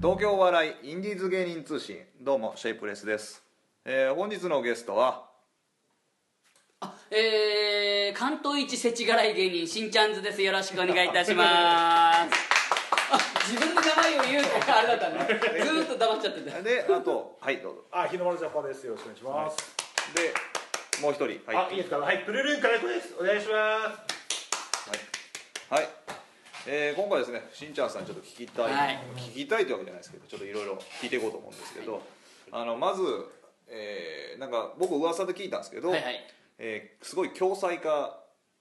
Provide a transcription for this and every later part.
東京お笑いインディーズ芸人通信どうもシェイプレスです、えー本日のゲストはあえー、関東一世知辛い芸人しんちゃんずですよろしくお願いいたしますあ 自分の名前を言うってあれだったねずーっと黙っちゃってたであ とはいどうぞあ、日の丸ジャパンです。よろしくお願いします。でもう一人はいあ、いいですか。はい、プルルンからこです。お願いします。はい、はいえー今回ですねしんちゃんさんにちょっと聞きたい、はい聞きたいというわけじゃないですけどちょっといろいろ聞いていこうと思うんですけど、あのまず、えーなんか僕噂で聞いたんですけど、はいはいえーすごい共済化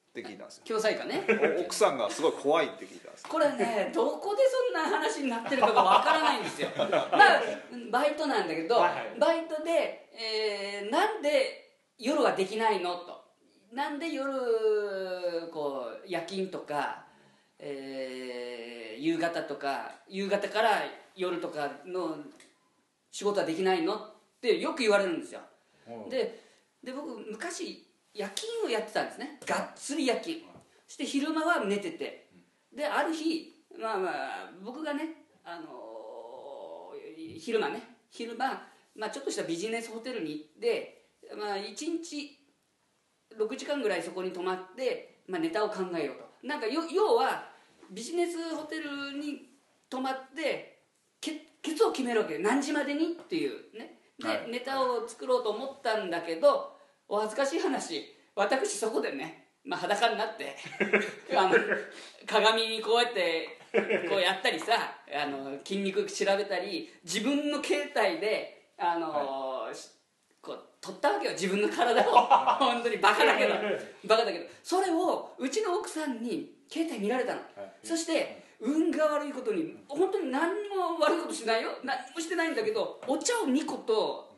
って聞いたんですよ共済かねお奥さんがすごい怖いって聞いたんですこれねどこでそんな話になってるかがわからないん ですよまあバイトなんだけど、はいはいバイトで、えーなんで夜はできないのとなんで夜こう夜勤とか、えー夕方とか夕方から夜とかの仕事はできないのってよく言われるんですよでで僕昔夜勤をやってたんですねがっつり夜勤そして昼間は寝ててである日まあまあ僕がね、あのー昼間ね昼間、まあ、ちょっとしたビジネスホテルに行って、まあ、1日6時間ぐらいそこに泊まって、まあ、ネタを考えようとなんかよ要はビジネスホテルに泊まってけケツを決めるわけ何時までにっていうねで、はいネタを作ろうと思ったんだけどお恥ずかしい話私そこでね、まあ、裸になって あの鏡にこうやって こうやったりさあの筋肉調べたり自分の携帯であの、しこう取ったわけよ自分の体を本当にバカだけどバカだけどそれをうちの奥さんに携帯見られたの、そして運が悪いことに本当に何にも悪いことしないよ何もしてないんだけどお茶を2個と、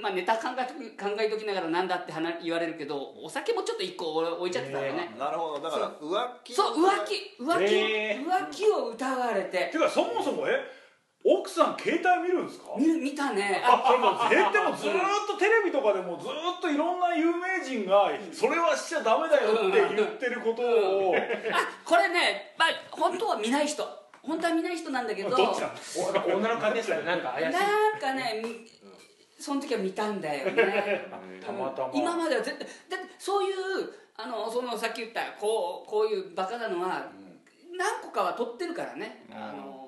まあ、ネタ考えとき考えときながらなんだって話言われるけどお酒もちょっと1個置いちゃってたのよね、なるほどだから浮気そう浮気浮気を、へー浮気を疑われててかそもそもえ、奥さん携帯見るんですか？見見たねああ、それもう絶対もうずーっとテレビとかでもずーっといろんな有名人がそれはしちゃダメだよって言ってることをあこれね、まあ、本当は見ない人本当は見ない人なんだけどどっちなんですか？女の関係者でなんか怪しいなんかねみその時は見たんだよね たまたま今までは絶対だってそういうあのそのさっき言ったこうこういうバカなのは何個かは取ってるからね、あの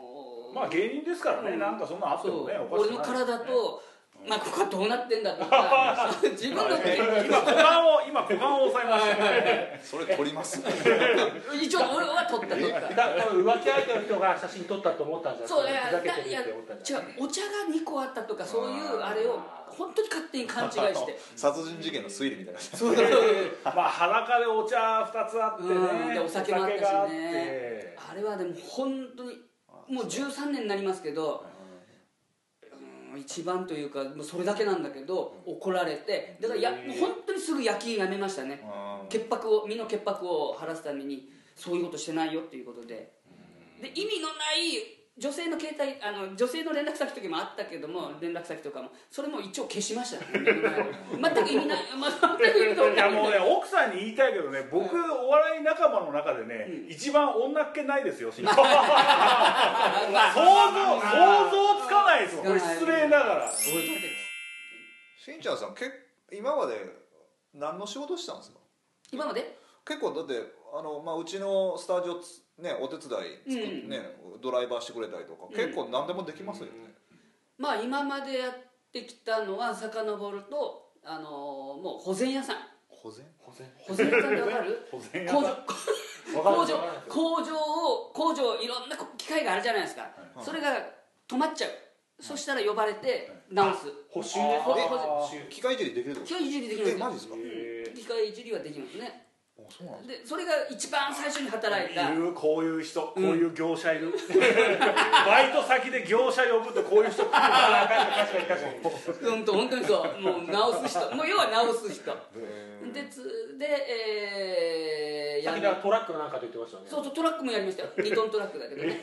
まあ芸人ですからね。なんかそんなのあってそもうね、おか俺しくのない。体と、まあここはどうなってんだと か自分の今股間を今股間を押さえましたね。それ取ります一応俺は取った取っただ多分浮気相手の人が写真撮ったと思ったんじゃんそういやふざけだているやって思ったんじ違ゃうお茶が2個あったとかそういうあれを本当に勝手に勘違いして 殺人事件の推理みたいなそうそうそう まあ裸でお茶二つあってうんね、でお酒もあったしお酒があっねてあれはでも本当にもう13年になりますけどうん一番というかもうそれだけなんだけど怒られてだからやうん本当にすぐ夜勤やめましたねうん潔白を身の潔白を晴らすためにそういうことしてないよっていうことでで意味のない女性の携帯あの女性の連絡先とかもあったけども連絡先とかもそれも一応消しましたね全く意 味ない全く意味のいなやいもうね奥さんに言いたいけどね僕お笑い仲間の中でね、一番女っ気ないですよ想 像想あまあ像つかないですもんこれ失礼ながらそういうことですしんちゃんさんけ今まで何の仕事してたんですか今まで結構だってあの、まあ、うちのスタジオつ、ね、お手伝い作っ、うんね、ドライバーしてくれたりとか、うん結構何でもできますよね、まあ今までやってきたのは遡るとあのーもう保全屋さん保全保全屋さんでわかる保全工屋場さんん工場わかんない工場を工場いろんな機械があるじゃないですか、はいそれが止まっちゃう、そしたら呼ばれて直す、補修でほすほ補修機械いじりできるってこ機械いじりできとえるんマジでですすかよ機械いじりはできますねあそうなんですでそれが一番最初に働いたいるこういう人こういう業者いる、 バイト先で業者呼ぶとこういう人来るから確かに確かにうんと本当にそうもう直す人もう要は直す人へーでつでえー、先やだるトラックのなんかと言ってましたよねそうそうトラックもやりましたよ2トントラックだけどね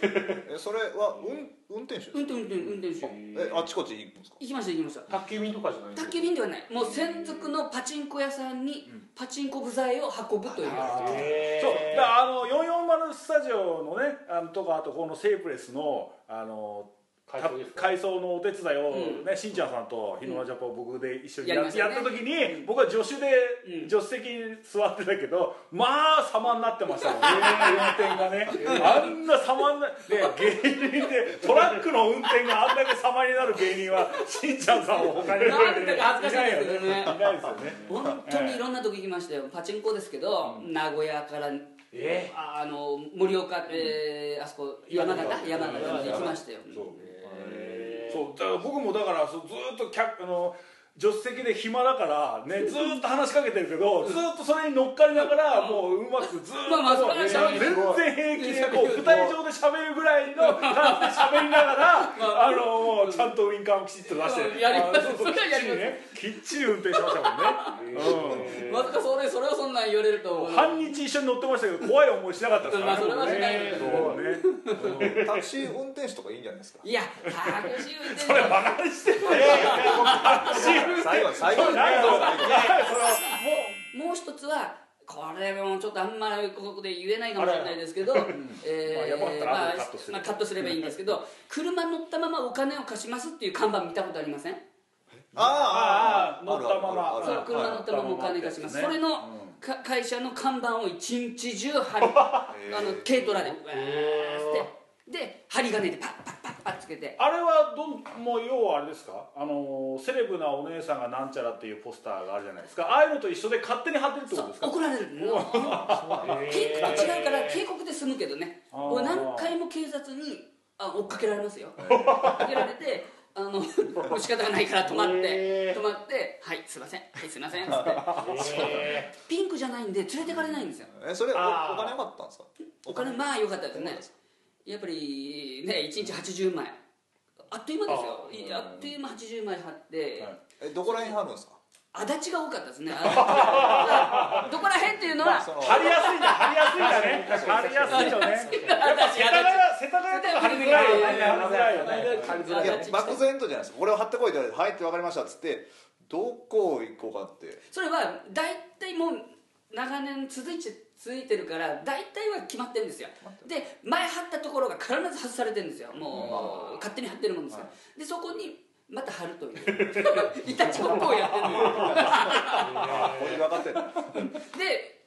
えそれは運運転手です運転運転運転手えあっちこっち行くんですか行きました行きました宅急便とかじゃない宅急便ではないもう専属のパチンコ屋さんにパチンコ部材を運ぶというへーそうだからあの440スタジオのねあのとかあとこのセープレスのあの改た装ですか改装のお手伝いを、うんねしんちゃんさんと日野ジャパンを僕で一緒にやや,、りましたねった時に、うん僕は助手でうん助手席に座ってたけどまあ様になってま したもんね運転がねあんな様になで芸人でトラックの運転があんだけ様になる芸人はしんちゃんさんを他になんだか恥ずかしいですけど ねいないですよね本当にいろんなとこ行きましたよパチンコですけど、名古屋からえああの盛岡、えーあそこ山形山形まで行きましたよそうえーそうだから僕もだからそうずーっと客あの助手席で暇だからねずーっと話しかけてるけどずーっとそれに乗っかりながらもううまくずーっとまあまあそれはしゃべる全然平気でこう舞台上で喋るぐらいの感じで喋りなが らあのもうちゃんとウインカーをきちっと出してやりますあそうそうそれはや りますきっちりねきっちり運転しましたもんねえーまさかそれそれをそんなん言われると思う半日一緒に乗ってましたけど怖い思いしなかったですからまあそれはしないねそうねタクシー運転手とかいいんじゃない ですかいやタクシー運転手それバカにしてるね 最後最後にないぞもう一つはこれもちょっとあんまりここで言えないかもしれないですけど、えまあやばかったーらまあ後でカットするまあカットすればいいんですけど車乗ったままお金を貸しますっていう看板見たことありませんああーあー乗ったままあるそあるあるあるの車乗ったままお金貸します、それのか会社の看板を一日中貼りあの軽トラでうわーってで針金でパッパッパッパッつけてあれはどんもう要はあれですかあのセレブなお姉さんがなんちゃらっていうポスターがあるじゃないですかああいうのと一緒で勝手に貼ってるってこそとうですか怒られるのえー警告と違うから警告で済むけどねあー俺何回も警察にあ追っかけられますよ追っかけられてあのもう仕方がないから止まって、へ止ーまって「はいすいませんはいすいません」っつってえ ピンクじゃないんで連れてかれないんですよえそれおおあー金よかったんですかお金まあ良かったですねやっぱりね1日80枚あっという間ですよあいやあっという間80枚貼って、はいえどこら辺に貼るんですか足立が多かったですねあのどこら辺っていうのはその貼りやすいんだ貼りやすいんだね貼りやすいよねやっぱ世田谷世田谷とか貼りづらいよね貼りづらいよねー借りづらいいや漠然とじゃないですかこれを貼ってこいって言われて「はい」って分かりましたっつってどこ行こうかってそれは大体もう長年続いて続いてるから大体は決まってるんですよで前貼ったところが必ず外されてるんですよもう勝手に貼ってるもんですから、でそこにまた貼るという 板チョコをやってるんですよあこれ分かってんので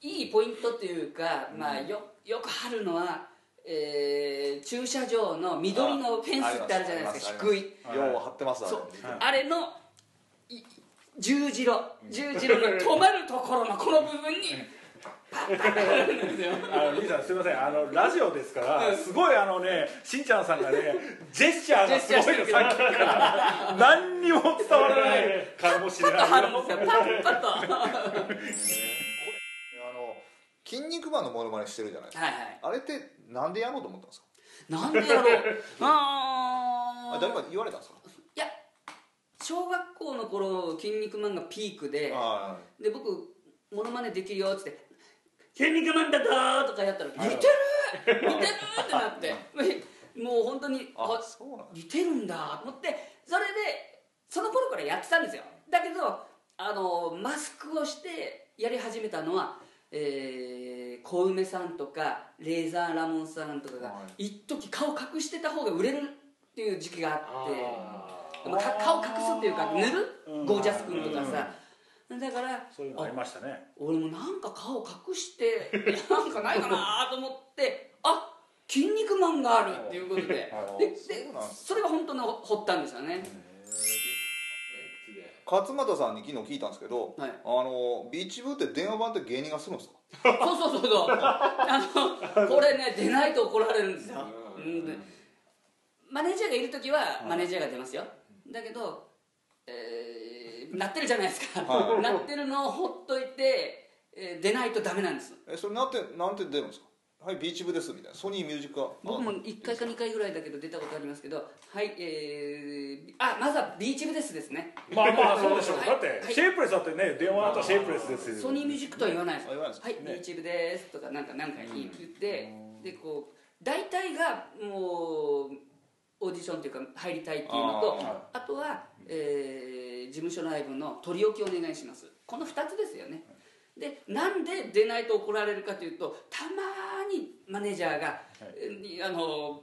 いいポイントっていうか、まあ、よよく貼るのは、えー駐車場の緑のフェンスってあるじゃないですあか低いありますよう貼ってますあれそうはいあれのい十字路十字路の止まるところのこの部分にパッパッて貼るんですよあの兄さんすみませんあのラジオですからすごいあのねしんちゃんさんがねジェスチャーがすごいのジェスチャさーっしきから何にも伝わらないかもしれない貼るんですよパッパッとはあの筋肉マンのモノマネしてるじゃないですいかはいあれってなんでやろうと思ったんですかなんでや ろうああ誰ーかに言われたんですかいや小学校の頃「筋肉マン」がピークであで僕モノマネできるよっつって「筋肉マンだぞ!」とかやったら「似てる似てる!」ってなってもう本当にああそうなん似てるんだと思ってそれでその頃からやってたんですよだけどあのマスクをしてやり始めたのは、えー小梅さんとかレーザーラモンさんとかが、は一時顔隠してた方が売れるっていう時期があってあーまあ、か顔隠すっていうか塗る、うんゴージャス君とかさ、だからそういうのありましたね俺もなんか顔隠してなんかないかなと思ってあ筋肉マンがあるってい うことでであでそうなんですそれが本当の掘ったんですよね勝俣さんに昨日聞いたんですけど、はいあのビーチ部って電話番って芸人がするんですかそうそうそ うそうあのこれね出ないと怒られるんですよ、ううんでんマネージャーがいる時はマネージャーが出ますよだけど、えー、なってるじゃないですか、はいなってるのをほっといて、えー出ないとダメなんですえそれなんてなんて出るんですかはいビーチ部ですみたいなソニーミュージックア僕も1回か2回ぐらいだけど出たことありますけどはいえー、あまずはビーチ部ですですねまあまあそうでしょう、はいだって、はいシェイプレスだってね電話だったらシェイプレスですよソニーミュージックとは言わないですあ言わないですはい、ね YouTube ですとかなんかなんか言って、でこう大体がもうオーディションというか入りたいっていうのとあとは、えー事務所ライブの取り置きお願いしますこの2つですよねでなんで出ないと怒られるかというとたまにマネージャーが、えーにあの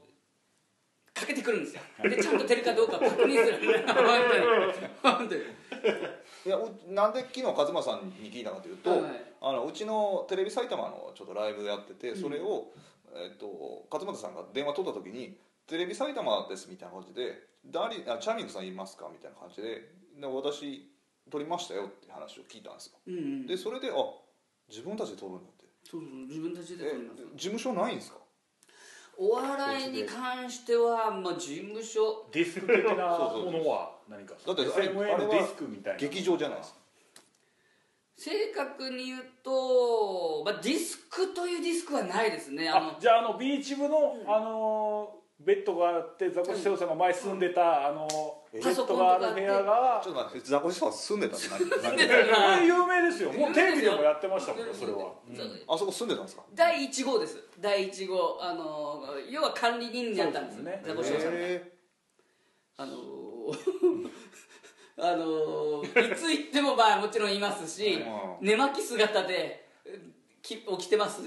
かけてくるんですよでちゃんと出るかどうか確認する 本当に本当にいやうなんで昨日勝間さんに聞いたかというと、はいあのうちのテレビ埼玉のちょっとライブやっててそれを、えっと、勝俣さんが電話取った時に「テレビ埼玉です」みたいな感じで「ダーリンあチャーミングさんいますか?」みたいな感じで「で私取りましたよ」って話を聞いたんですようんうんでそれで「あ自分たちで取るんだ」ってそうそう自分た「ちで撮えります事務所ないんですか?お笑いに関しては、まあ、事務所ディスク的なものそうそうは何かだってあれ SMA あれのはディスクみたいな」劇場じゃないですか正確に言うと、まあ、ディスクというディスクはないですねあの あじゃああのビーチ部の、あのベッドがあってザコシセオさんが前住んでた、あのベパッソコドンがあとかあるって部屋がちょっと待ってザコシさんは住んでたんで 何これ有名ですよもうテレビでもやってましたもんねそれは、そうあそこ住んでたんですか第1号です第1号あの要は管理人だったんですそうですねねザコシオさんがへあの ーあのーいつ行ってもまあもちろんいますしうん寝巻き姿でき起きてます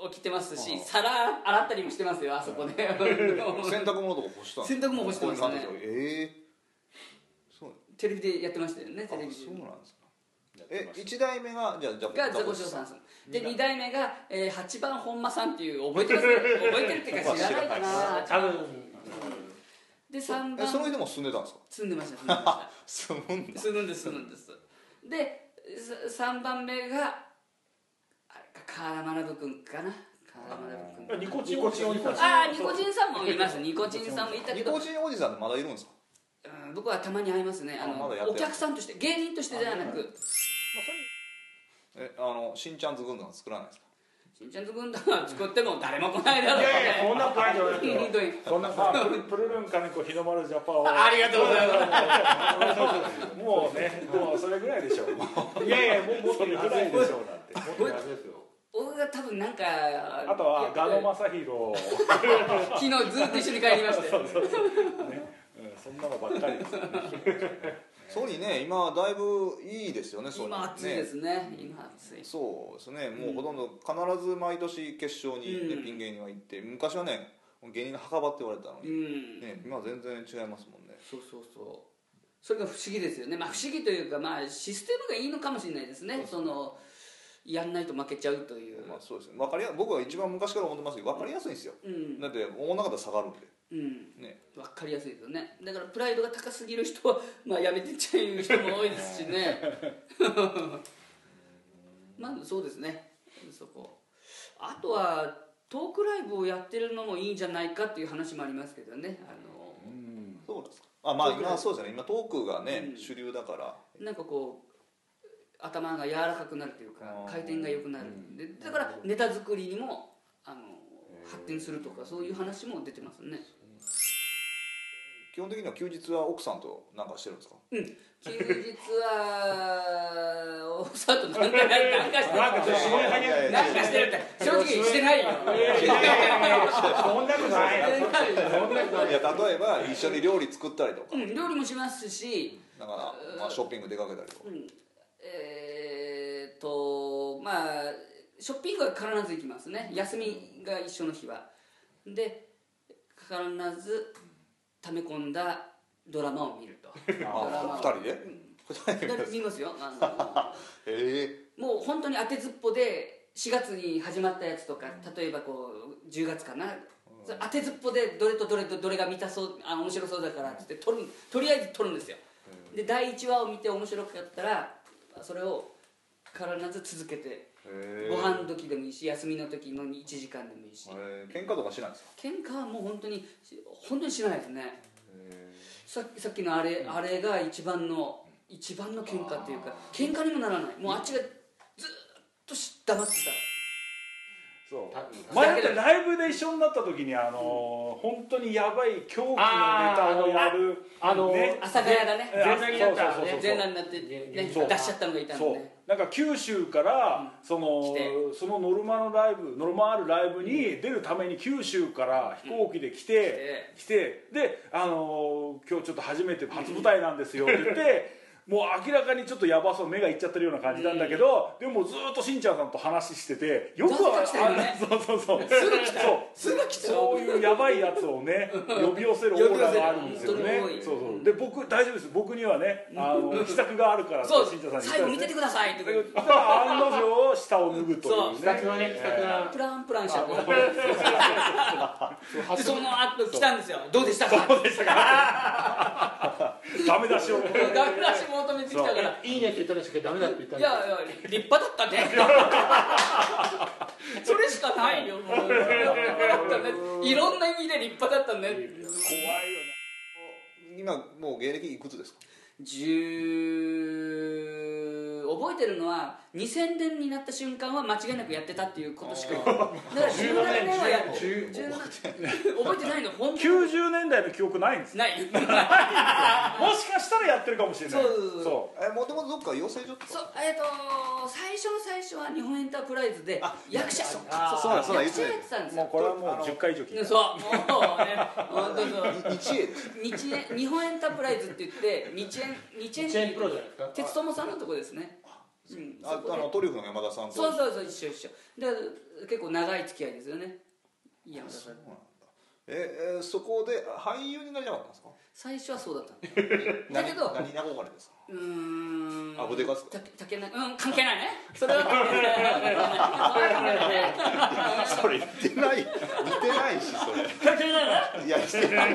起きてますうんし皿洗ったりもしてますよあそこでー 洗濯物とか干したんですか洗濯物干してましたねこういう感じでええそうテレビでやってましたよねあそテうレなビんでですかやってえました一代目がじゃあじゃあがザコシオさんですで2代目が、えー、8番本間さんっていう覚えて ます覚えてるっていうか知らないかな多分で3えその番人も住んでたんですか住んでました住んでました住む んするんですするんですで3番目があれか河原学君かな河原学君ニコチンニコチンニコチンああニコチンさんもいますニコチンさんもいたけニどコチンおじさんってまだいるんですかうん僕はたまに会いますねああのまだやってるお客さんとして芸人としてではなくえあの新チャンズ軍団作らないですかしんちゃんと軍団は作っても誰も来ないだろう いやいやねこんな感じじゃないよ本当にそんなまあプルプルルン金子日の丸ジャパンをありがとうございますもうねもうそれぐらいでしょういやいやもうもっそとれぐ謎らいでしょうなんてもっと謎ですよ僕が多分なんかああとはガノ正弘昨日ずっと一緒に帰りましたようんそんなのばっかりですよねソニーね今だいぶいいですよねソニー今暑いですね今暑いそうですねもうほとんど必ず毎年決勝にね、うんピン芸人は行って昔はね芸人の墓場って言われてたのうに、んね、今は全然違いますもんねそうそうそうそれが不思議ですよねまあ不思議というかまあシステムがいいのかもしれないですねそのやんないと負けちゃうという、まあそうですね分かりや僕は一番昔から思ってますけど分かりやすいんですようんだって思わなかったら下がるんでうんね分かりやすいですよねだからプライドが高すぎる人は まあやめてっちゃう人も多いですしね まあそうですねそこあとはトークライブをやってるのもいいんじゃないかっていう話もありますけどねあの、そうですかあまあトークライブ今そうですね今トークがね、うん主流だからなんかこう頭が柔らかくなるというかあー回転が良くなる、でだからネタ作りにもあの発展するとかそういう話も出てますね、基本的には休日は奥さんとなんかしてるんですか休日はお さとなんかなんかしてるなんかちょっとすごいいやいや早いやいなんかしてるって正直してないよそんなことないいや例えば一緒に料理作ったりとか、うん料理もしますし、だから、まあ、ショッピング出かけたりとか、うんえーっとまあショッピングは必ず行きますね休みが一緒の日はで必ず溜め込んだドラマを見るとドラマあを二人で二人でだ見ますよあえのもう本当に当てずっぽで4月に始まったやつとか例えばこう10月かなそれ当てずっぽでどれとどれとどれが見たそうあ面白そうだからって言って撮るとりあえず撮るんですよで第1話を見て面白かったらそれを必ず続けてええご飯時でもいいし休みの時の1時間でもいいしえー喧嘩とかしないんですか、喧嘩はもう本当に本当にしないですねえさっきさっきのあれ,、あれが一番の一番の喧嘩っていうか喧嘩にもならないもうあっちがずーっとし黙ってそう前だってライブで一緒になった時にあの本当にやばい狂気のネタをやるあのねた朝霞屋がねえ全然になっそたうそうそうそう全裸になって、ね、出しそうちゃったのがいたのそねうなんか九州から、その来てそのノルマのライブノルマあるライブに出るために九州から飛行機で来て、来てで、あのー今日ちょっと初めて初舞台なんですよ」って言って。もう明らかにちょっとやばそう目がいっちゃってるような感じなんだけど、でもずっとしんちゃんさんと話しててよくは雑誌来たよねあ そうそうそうすぐ来たそうすぐ来たよそういうやばいやつをね呼び寄せるオーラがあるんですよ呼び寄せねる本当に多いそうそうで僕大丈夫です僕にはねあの秘策があるからってそうしんちゃんさんに最言後っ見たててんくだですねさいって言うだから案の定下を脱ぐというそうね気さくなね気さくなプランプランしちゃってで発そ想の後来たんですよどうでしたかってダメ出 しをダメ出し求めてきたからいいねって言ったらしかダメだって言ったんいでやすよいや立派だったね それしかないよもう立 派だったねいろんな意味で立派だったね怖いよね今もう芸歴いくつですか10覚えてるのは2000年になった瞬間は間違いなくやってたっていうことしかだ から17年はやって中17覚えてないの本当に90年代の記憶ないんですない もしかしたらやってるかもしれないそうそうそうそえもともとどっか養成所とかそうえっ、と最初の最初は日本エンタープライズで役者そそううかそうだそうだ役いつ者やってたんですうよもうこれはもう10回以上聞いたうんそうもうね本当そう日英です日円日本エンタープライズって言って日円日円チェーンプロじゃないですか鉄友さんのとこですね、うん、あそこあでのトリュフの山田さんとそうそうそう一緒一緒で結構長い付き合いですよねいやそうなんだええそこで俳優になりたかったんですか最初はそうだったのだ何けど何に憧れですかうーんあボデカツたたけなうん関係ないねそれは関係ない関係ないねそれ似てない似てないしそれ関係ないねいやしてない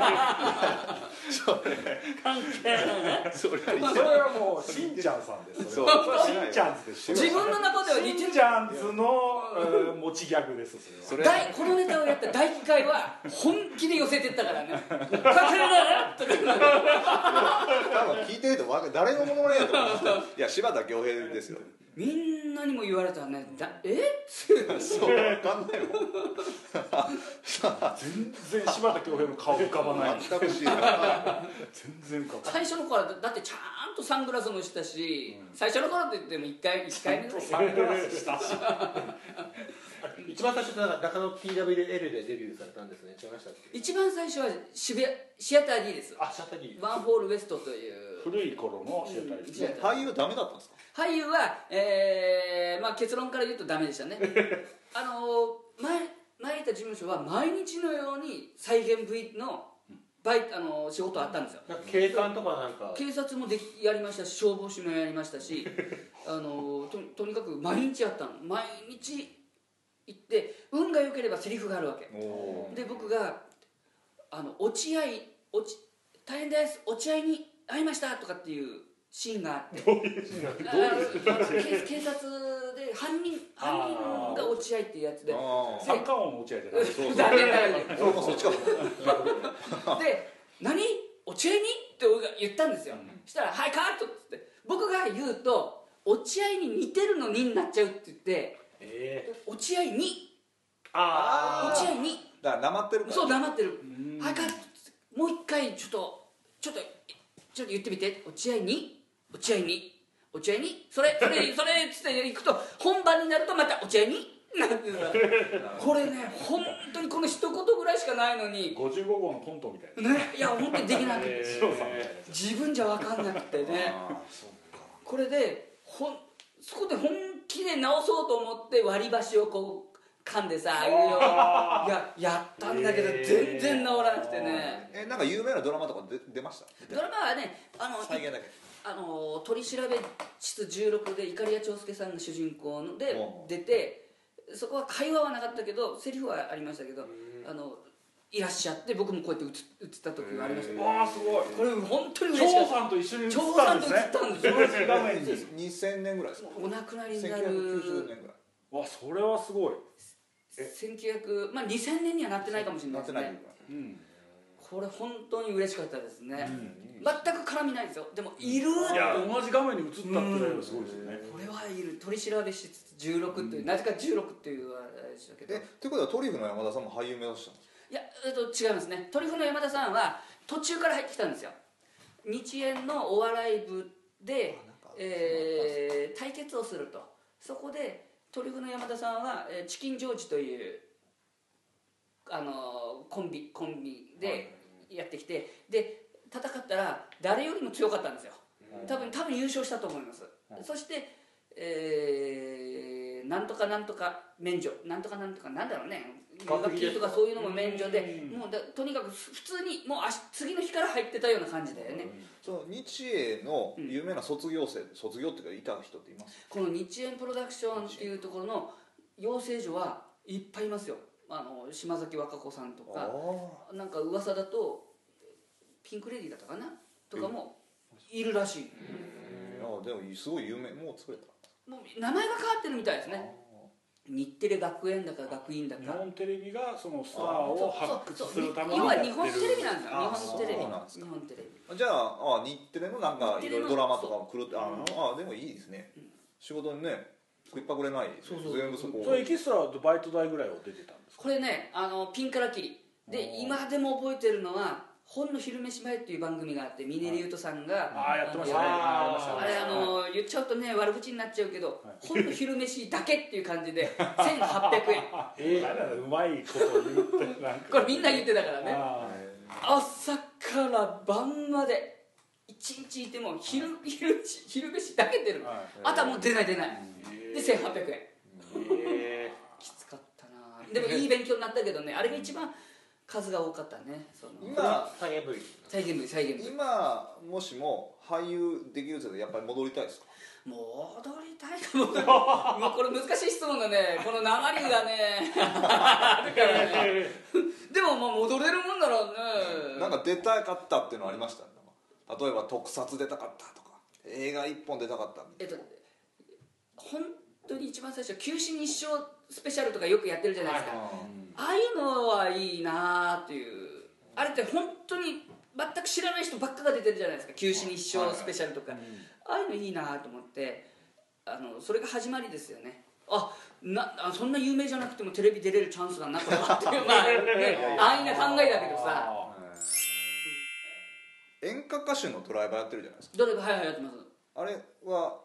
関係ないねそれは似そてれないはもうしんちゃんさんですそうそれはしんちゃんズです自分の中では似てしんるちゃんズのうん持ちギャグですそれはそれ大このネタをやった第1回は本気で寄せてったからね関係ないねとか多分聞いてるとわか誰のものまねやと思うんですよいや柴田恭平ですよみんなにも言われたねだえそうわかんないもん全然柴田恭平の顔浮かばない全く知らない 全然浮かばない最初の頃はだだってちゃんとサングラスもしてたし、最初の頃って言っても1回一回目ぐらいサングラスした し一番最初だから中野 PWL でデビューされたんですね違いましたっけ一番最初は渋谷シアター D ですあシャタギワンホールウエストという古い頃のシアターですね俳優はダメだったんですか俳優は、えーまあ、結論から言うとダメでしたねあの前前いた事務所は毎日のように再現 V のバイトあの仕事あったんですよなんか警官とかなんか警察もできやりましたし消防士もやりましたしあのととにかく毎日やったの毎日行って運が良ければセリフがあるわけおおで僕があの落合落ち大変です落合に会いましたとかっていうシーンがあってああの警警察で犯人犯人が落合っていうやつであ三冠王の落合じゃな いそうそう残念ながらあ俺もそっちかと思ったで「何落合に?」って俺が言ったんですよ、そしたら「はいカット」っつって僕が言うと「落合に似てるのに」になっちゃうって言ってええ「落合にあ落合にだからなまってる」からそう黙ってる「はいカット」もう一回ちょっとちょっとちょっと言ってみて「落合に落合に落合にそれそ れそれ」っつっていくと本番になるとまた「落合に」なんてさこれね本当にこの一言ぐらいしかないのに、五十五号のコントみたいなね、いや本当にできなくて。塩さんみたいな自分じゃ分かんなくてねあこれでほんそこで本気で直そうと思って割り箸をこう噛んでさああいうようややったんだけどへー全然直らなくてねーえなんか有名なドラマとか出出ましたドラマはねあの再現だけあの取り調べ室16で碇谷長介さんが主人公のでおう出てそこは会話はなかったけどセリフはありましたけどあのいらっしゃって僕もこうやって映映った時がありましたこわあすごいれ本当に嬉しかっ翔たさんと一緒に映っ長たさんんとです映っねたんですよ画面に2000年ぐらいですかお亡くなりにな1990る年ぐらいわそれはすごい1900まあ2000年にはなってないかもしれなないっでてなすいぐらねいうんこれ本当に嬉しかったですね、全く絡みないですよでもいるいや同じ画面に映ったっていうのはすごいですよねこれはいる取り調べ室16というなぜか16っていうあれでしたけどえってことはトリュフの山田さんも俳優目指してたんですいや、えっと、違いますねトリュフの山田さんは途中から入ってきたんですよ日演のお笑い部であなんか、えー対決をするとそこでトリュフの山田さんは、えーチキンジョージという、あのーコンビコンビでやってきてで戦ったら誰よりも強かったんですよあ多分多分優勝したと思います、うんそして、えーなんとかなんとか免除なんとかなんとかなんだろうね入学学費で金すとかかそういうのも免除でうんもうだとにかくふ普通にもうあし次の日から入ってたような感じだよね、その日英の有名な卒業生、卒業っていうかいた人っていますこの日円プロダクションっていうところの養成所はいっぱいいますよあの島崎和歌子さんとかなんか噂だとピンク・レディーだったかなとかもいるらしいああでもすごい有名もう作れたもう名前が変わってるみたいですね日テレ学園だか学院だ日か本テレビがそのスターを発掘するために要やはって日る本テレビなんですよあ日本テレビそうなんです日か本テレビあじゃああ日テレのなんか日いテレろいのろドラマとかも来るってああでもいいですね、仕事にね食いっぱぐれないそうそう全部そこそれエキストラはバイト代ぐらいは出てたんですかこれねあのピンからキリでおー今でも覚えてるのは「ほんの昼飯前」っていう番組があって峰竜斗さんがああやってましたねあのありましたねあれあの言っちゃうとね悪口になっちゃうけど「ほんの昼飯だけ」っていう感じで1800円えーうまいこと言ってなんかこれみんな言ってたからねあ朝から晩まで一日いても昼昼飯昼飯だけ出るーはいあとはもう出ない出ないでえ1800円ーきつかったなでもいい勉強になったけどねあれが一番数が多かったねその今再現 V 再現部再現部今もしも俳優できるってやっぱり戻りたいですかもう踊りたいかも もうこれ難しい質問だねこの鉛がね あるからねえでもまあ戻れるもんならねなんか出たかったっていうのはありました例えば特撮出たかったとか映画一本出たかったみえっと本当に一番最初九死に一生スペシャルとかよくやってるじゃないですか、たいなああいうのはいいなっていうあれって本当に全く知らない人ばっかが出てるじゃないですか九死に一生スペシャルとか、ああいうのいいなと思ってあのそれが始まりですよねあなあそんな有名じゃなくてもテレビ出れるチャンスだなとかって いうまあ、ね、安易な考えだけどさあ演歌歌手のドライバーやってるじゃないですかどれかはいはいやってますあれは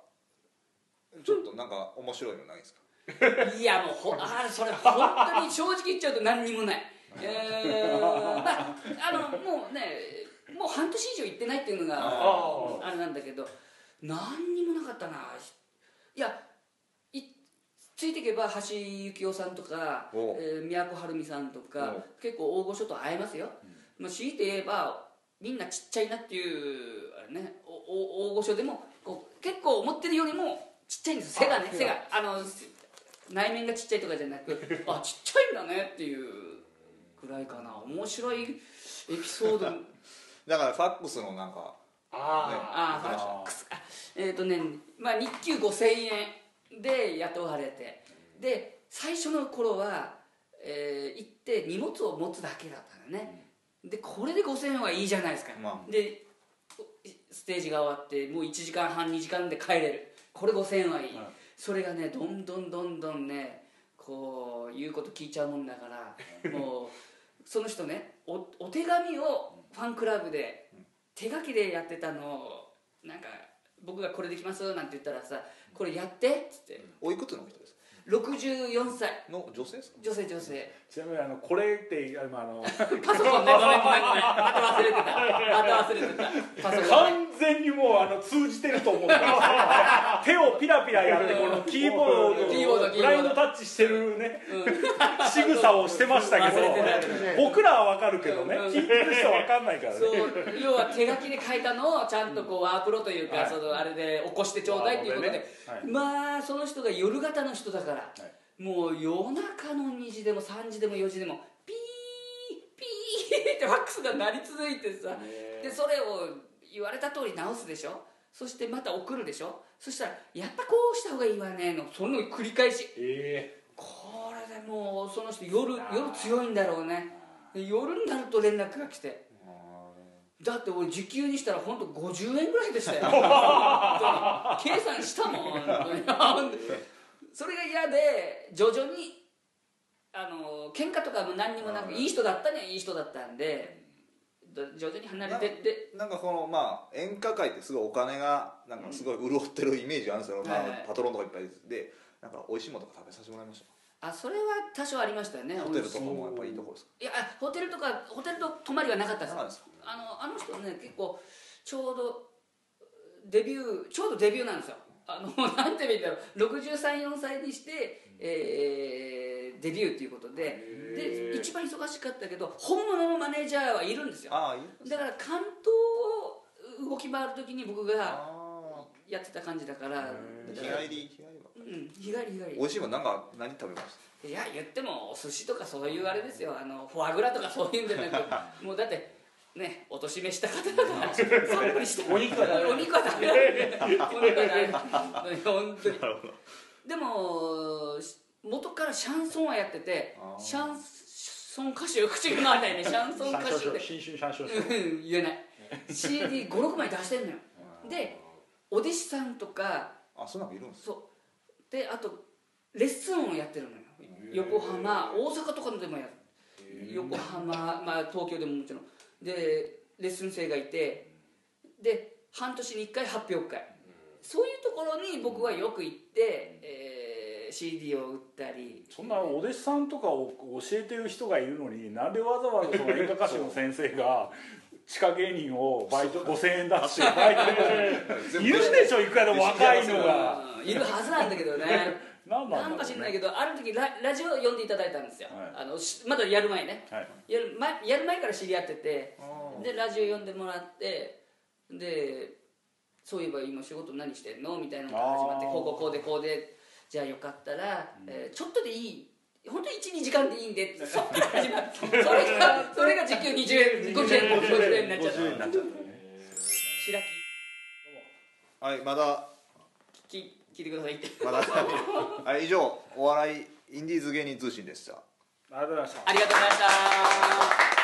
ちょっとなんか面白いのないですかいやもうほあーそれ本当に正直言っちゃうと何にもないえー、まああのもうねもう半年以上行ってないっていうのーがああれなんだけど何にもなかったないやいついていけば橋幸夫さんとか、おうえー、宮古晴美さんとかおう結構大御所と会えますよ、まあ、強いて言えばみんなちっちゃいなっていうあれねおお大御所でもこう結構思ってるよりもちっちゃいんですよ背がね背があのせ内面がちっちゃいとかじゃな くあちっちゃいんだねっていうぐらいかな面白いエピソ ードだからファックスのなんかああああえっ、とね、まあ、日給5000円で雇われてで最初の頃は、えー行って荷物を持つだけだったのね、でこれで5000円はいいじゃないですか、までステージが終わってもう1時間半2時間で帰れるこれ5000円はいい、はいそれがねどんどんどんどんねこう言うこと聞いちゃうもんだからもうその人ねおお手紙をファンクラブで手書きでやってたのをなんか僕が「これできます」なんて言ったらさ「これやって」っつっておいくつの人ですか64歳の女性ですか女性女 性ちなみにあのこれって今あのパソコンねごめんごめんごめんまた忘れてたまた忘れてたパソコンね完全にもうあの通じてる と思うんですよ手をピラピラやってこのキーボードキーボードをキーボードブラインドタッチしてるねうん仕草をしてましたけど忘れてない僕らは分かるけどねうん聞いてる人は分かんないからねそう要は手書きで書いたのをちゃんとこうワープロというか、はいそのあれで起こしてちょうだいということで、ワープロまあその人が夜型の人だから、はもう夜中の2時でも3時でも4時でもピーピーってファックスが鳴り続いてさ、でそれを言われた通り直すでしょそしてまた送るでしょそしたらやっぱこうした方がいいわねのその繰り返しえこれでもうその人夜夜強いんだろうねで夜になると連絡が来てだって俺時給にしたら本当50円ぐらいで したよ本当に計算したもん本当にそれが嫌で徐々にあの喧嘩とかも何にもなくいい人だったねいい人だったんでだ徐々に離れてってなんかこのまあ演歌界ってすごいお金がなんかすごい潤ってるイメージあるんですよ、まあはいはいパトロンとかいっぱいでなんか美味しいものとか食べさせてもらいましあそれは多少ありましたよねたホテルとかもやっぱりいいとこですかいやあホテルとかホテルと泊まりはなかったですそうなんですかあのあの人ね結構ちょうどデビューちょうどデビューなんですよあの なんて言うんだろう634歳にして、えーデビューということでへでー一番忙しかったけど本物のマネージャーはいるんですよああいいだから関東を動き回る時に僕があやってた感じだからーだ日から帰り日帰りはうん日帰り日帰美味しいもんなんか何食べましりいや言ってもお寿司とかそういうあれですよあのフォアグラとかそういうんじゃな くもうだってねお年めした方だからそっくりしたお肉はダメお肉はダメお肉はダメ本当にたなるほどでもし元からシャンソンはやっててあーシャンソン歌手口が回らないねシャンソン歌手っシャンショてン新春シャンションションうん言えない CD56 枚出してんのよでお弟子さんとかあそんなんもいるんですそうであとレッスンをやってるのよ横浜大阪とかでもやる横浜、まあ、東京でももちろんでレッスン生がいてで半年に1回発表会そういうところに僕はよく行って、えー CD を売ったりそんなお弟子さんとかを教えてる人がいるのになんでわざわざその演歌歌手の先生が地下芸人をバイト5000円出してバイトでいるでしょいくらでも若いのがうんいるはずなんだけ どね何ななんんかだろ知うんないねけどある時ララジオ呼んでいただいたんですよ、はあのしまだやる前ねはいやる前やる前から知り合っててあーでラジオ呼んでもらってでそういえば今仕事何してんのみたいなのが始まってあーこうこうこうでこうでじゃあよかったら、えーちょっとでいい本当に12時間でいいんでって そっから始まってそれがそれが時給20円50円50円になっちゃった50円になっちゃったね白はいまだ木き聞いてくださいってまだ はい以上お笑いインディーズ芸人通信でしたありがとうございましたありがとうございました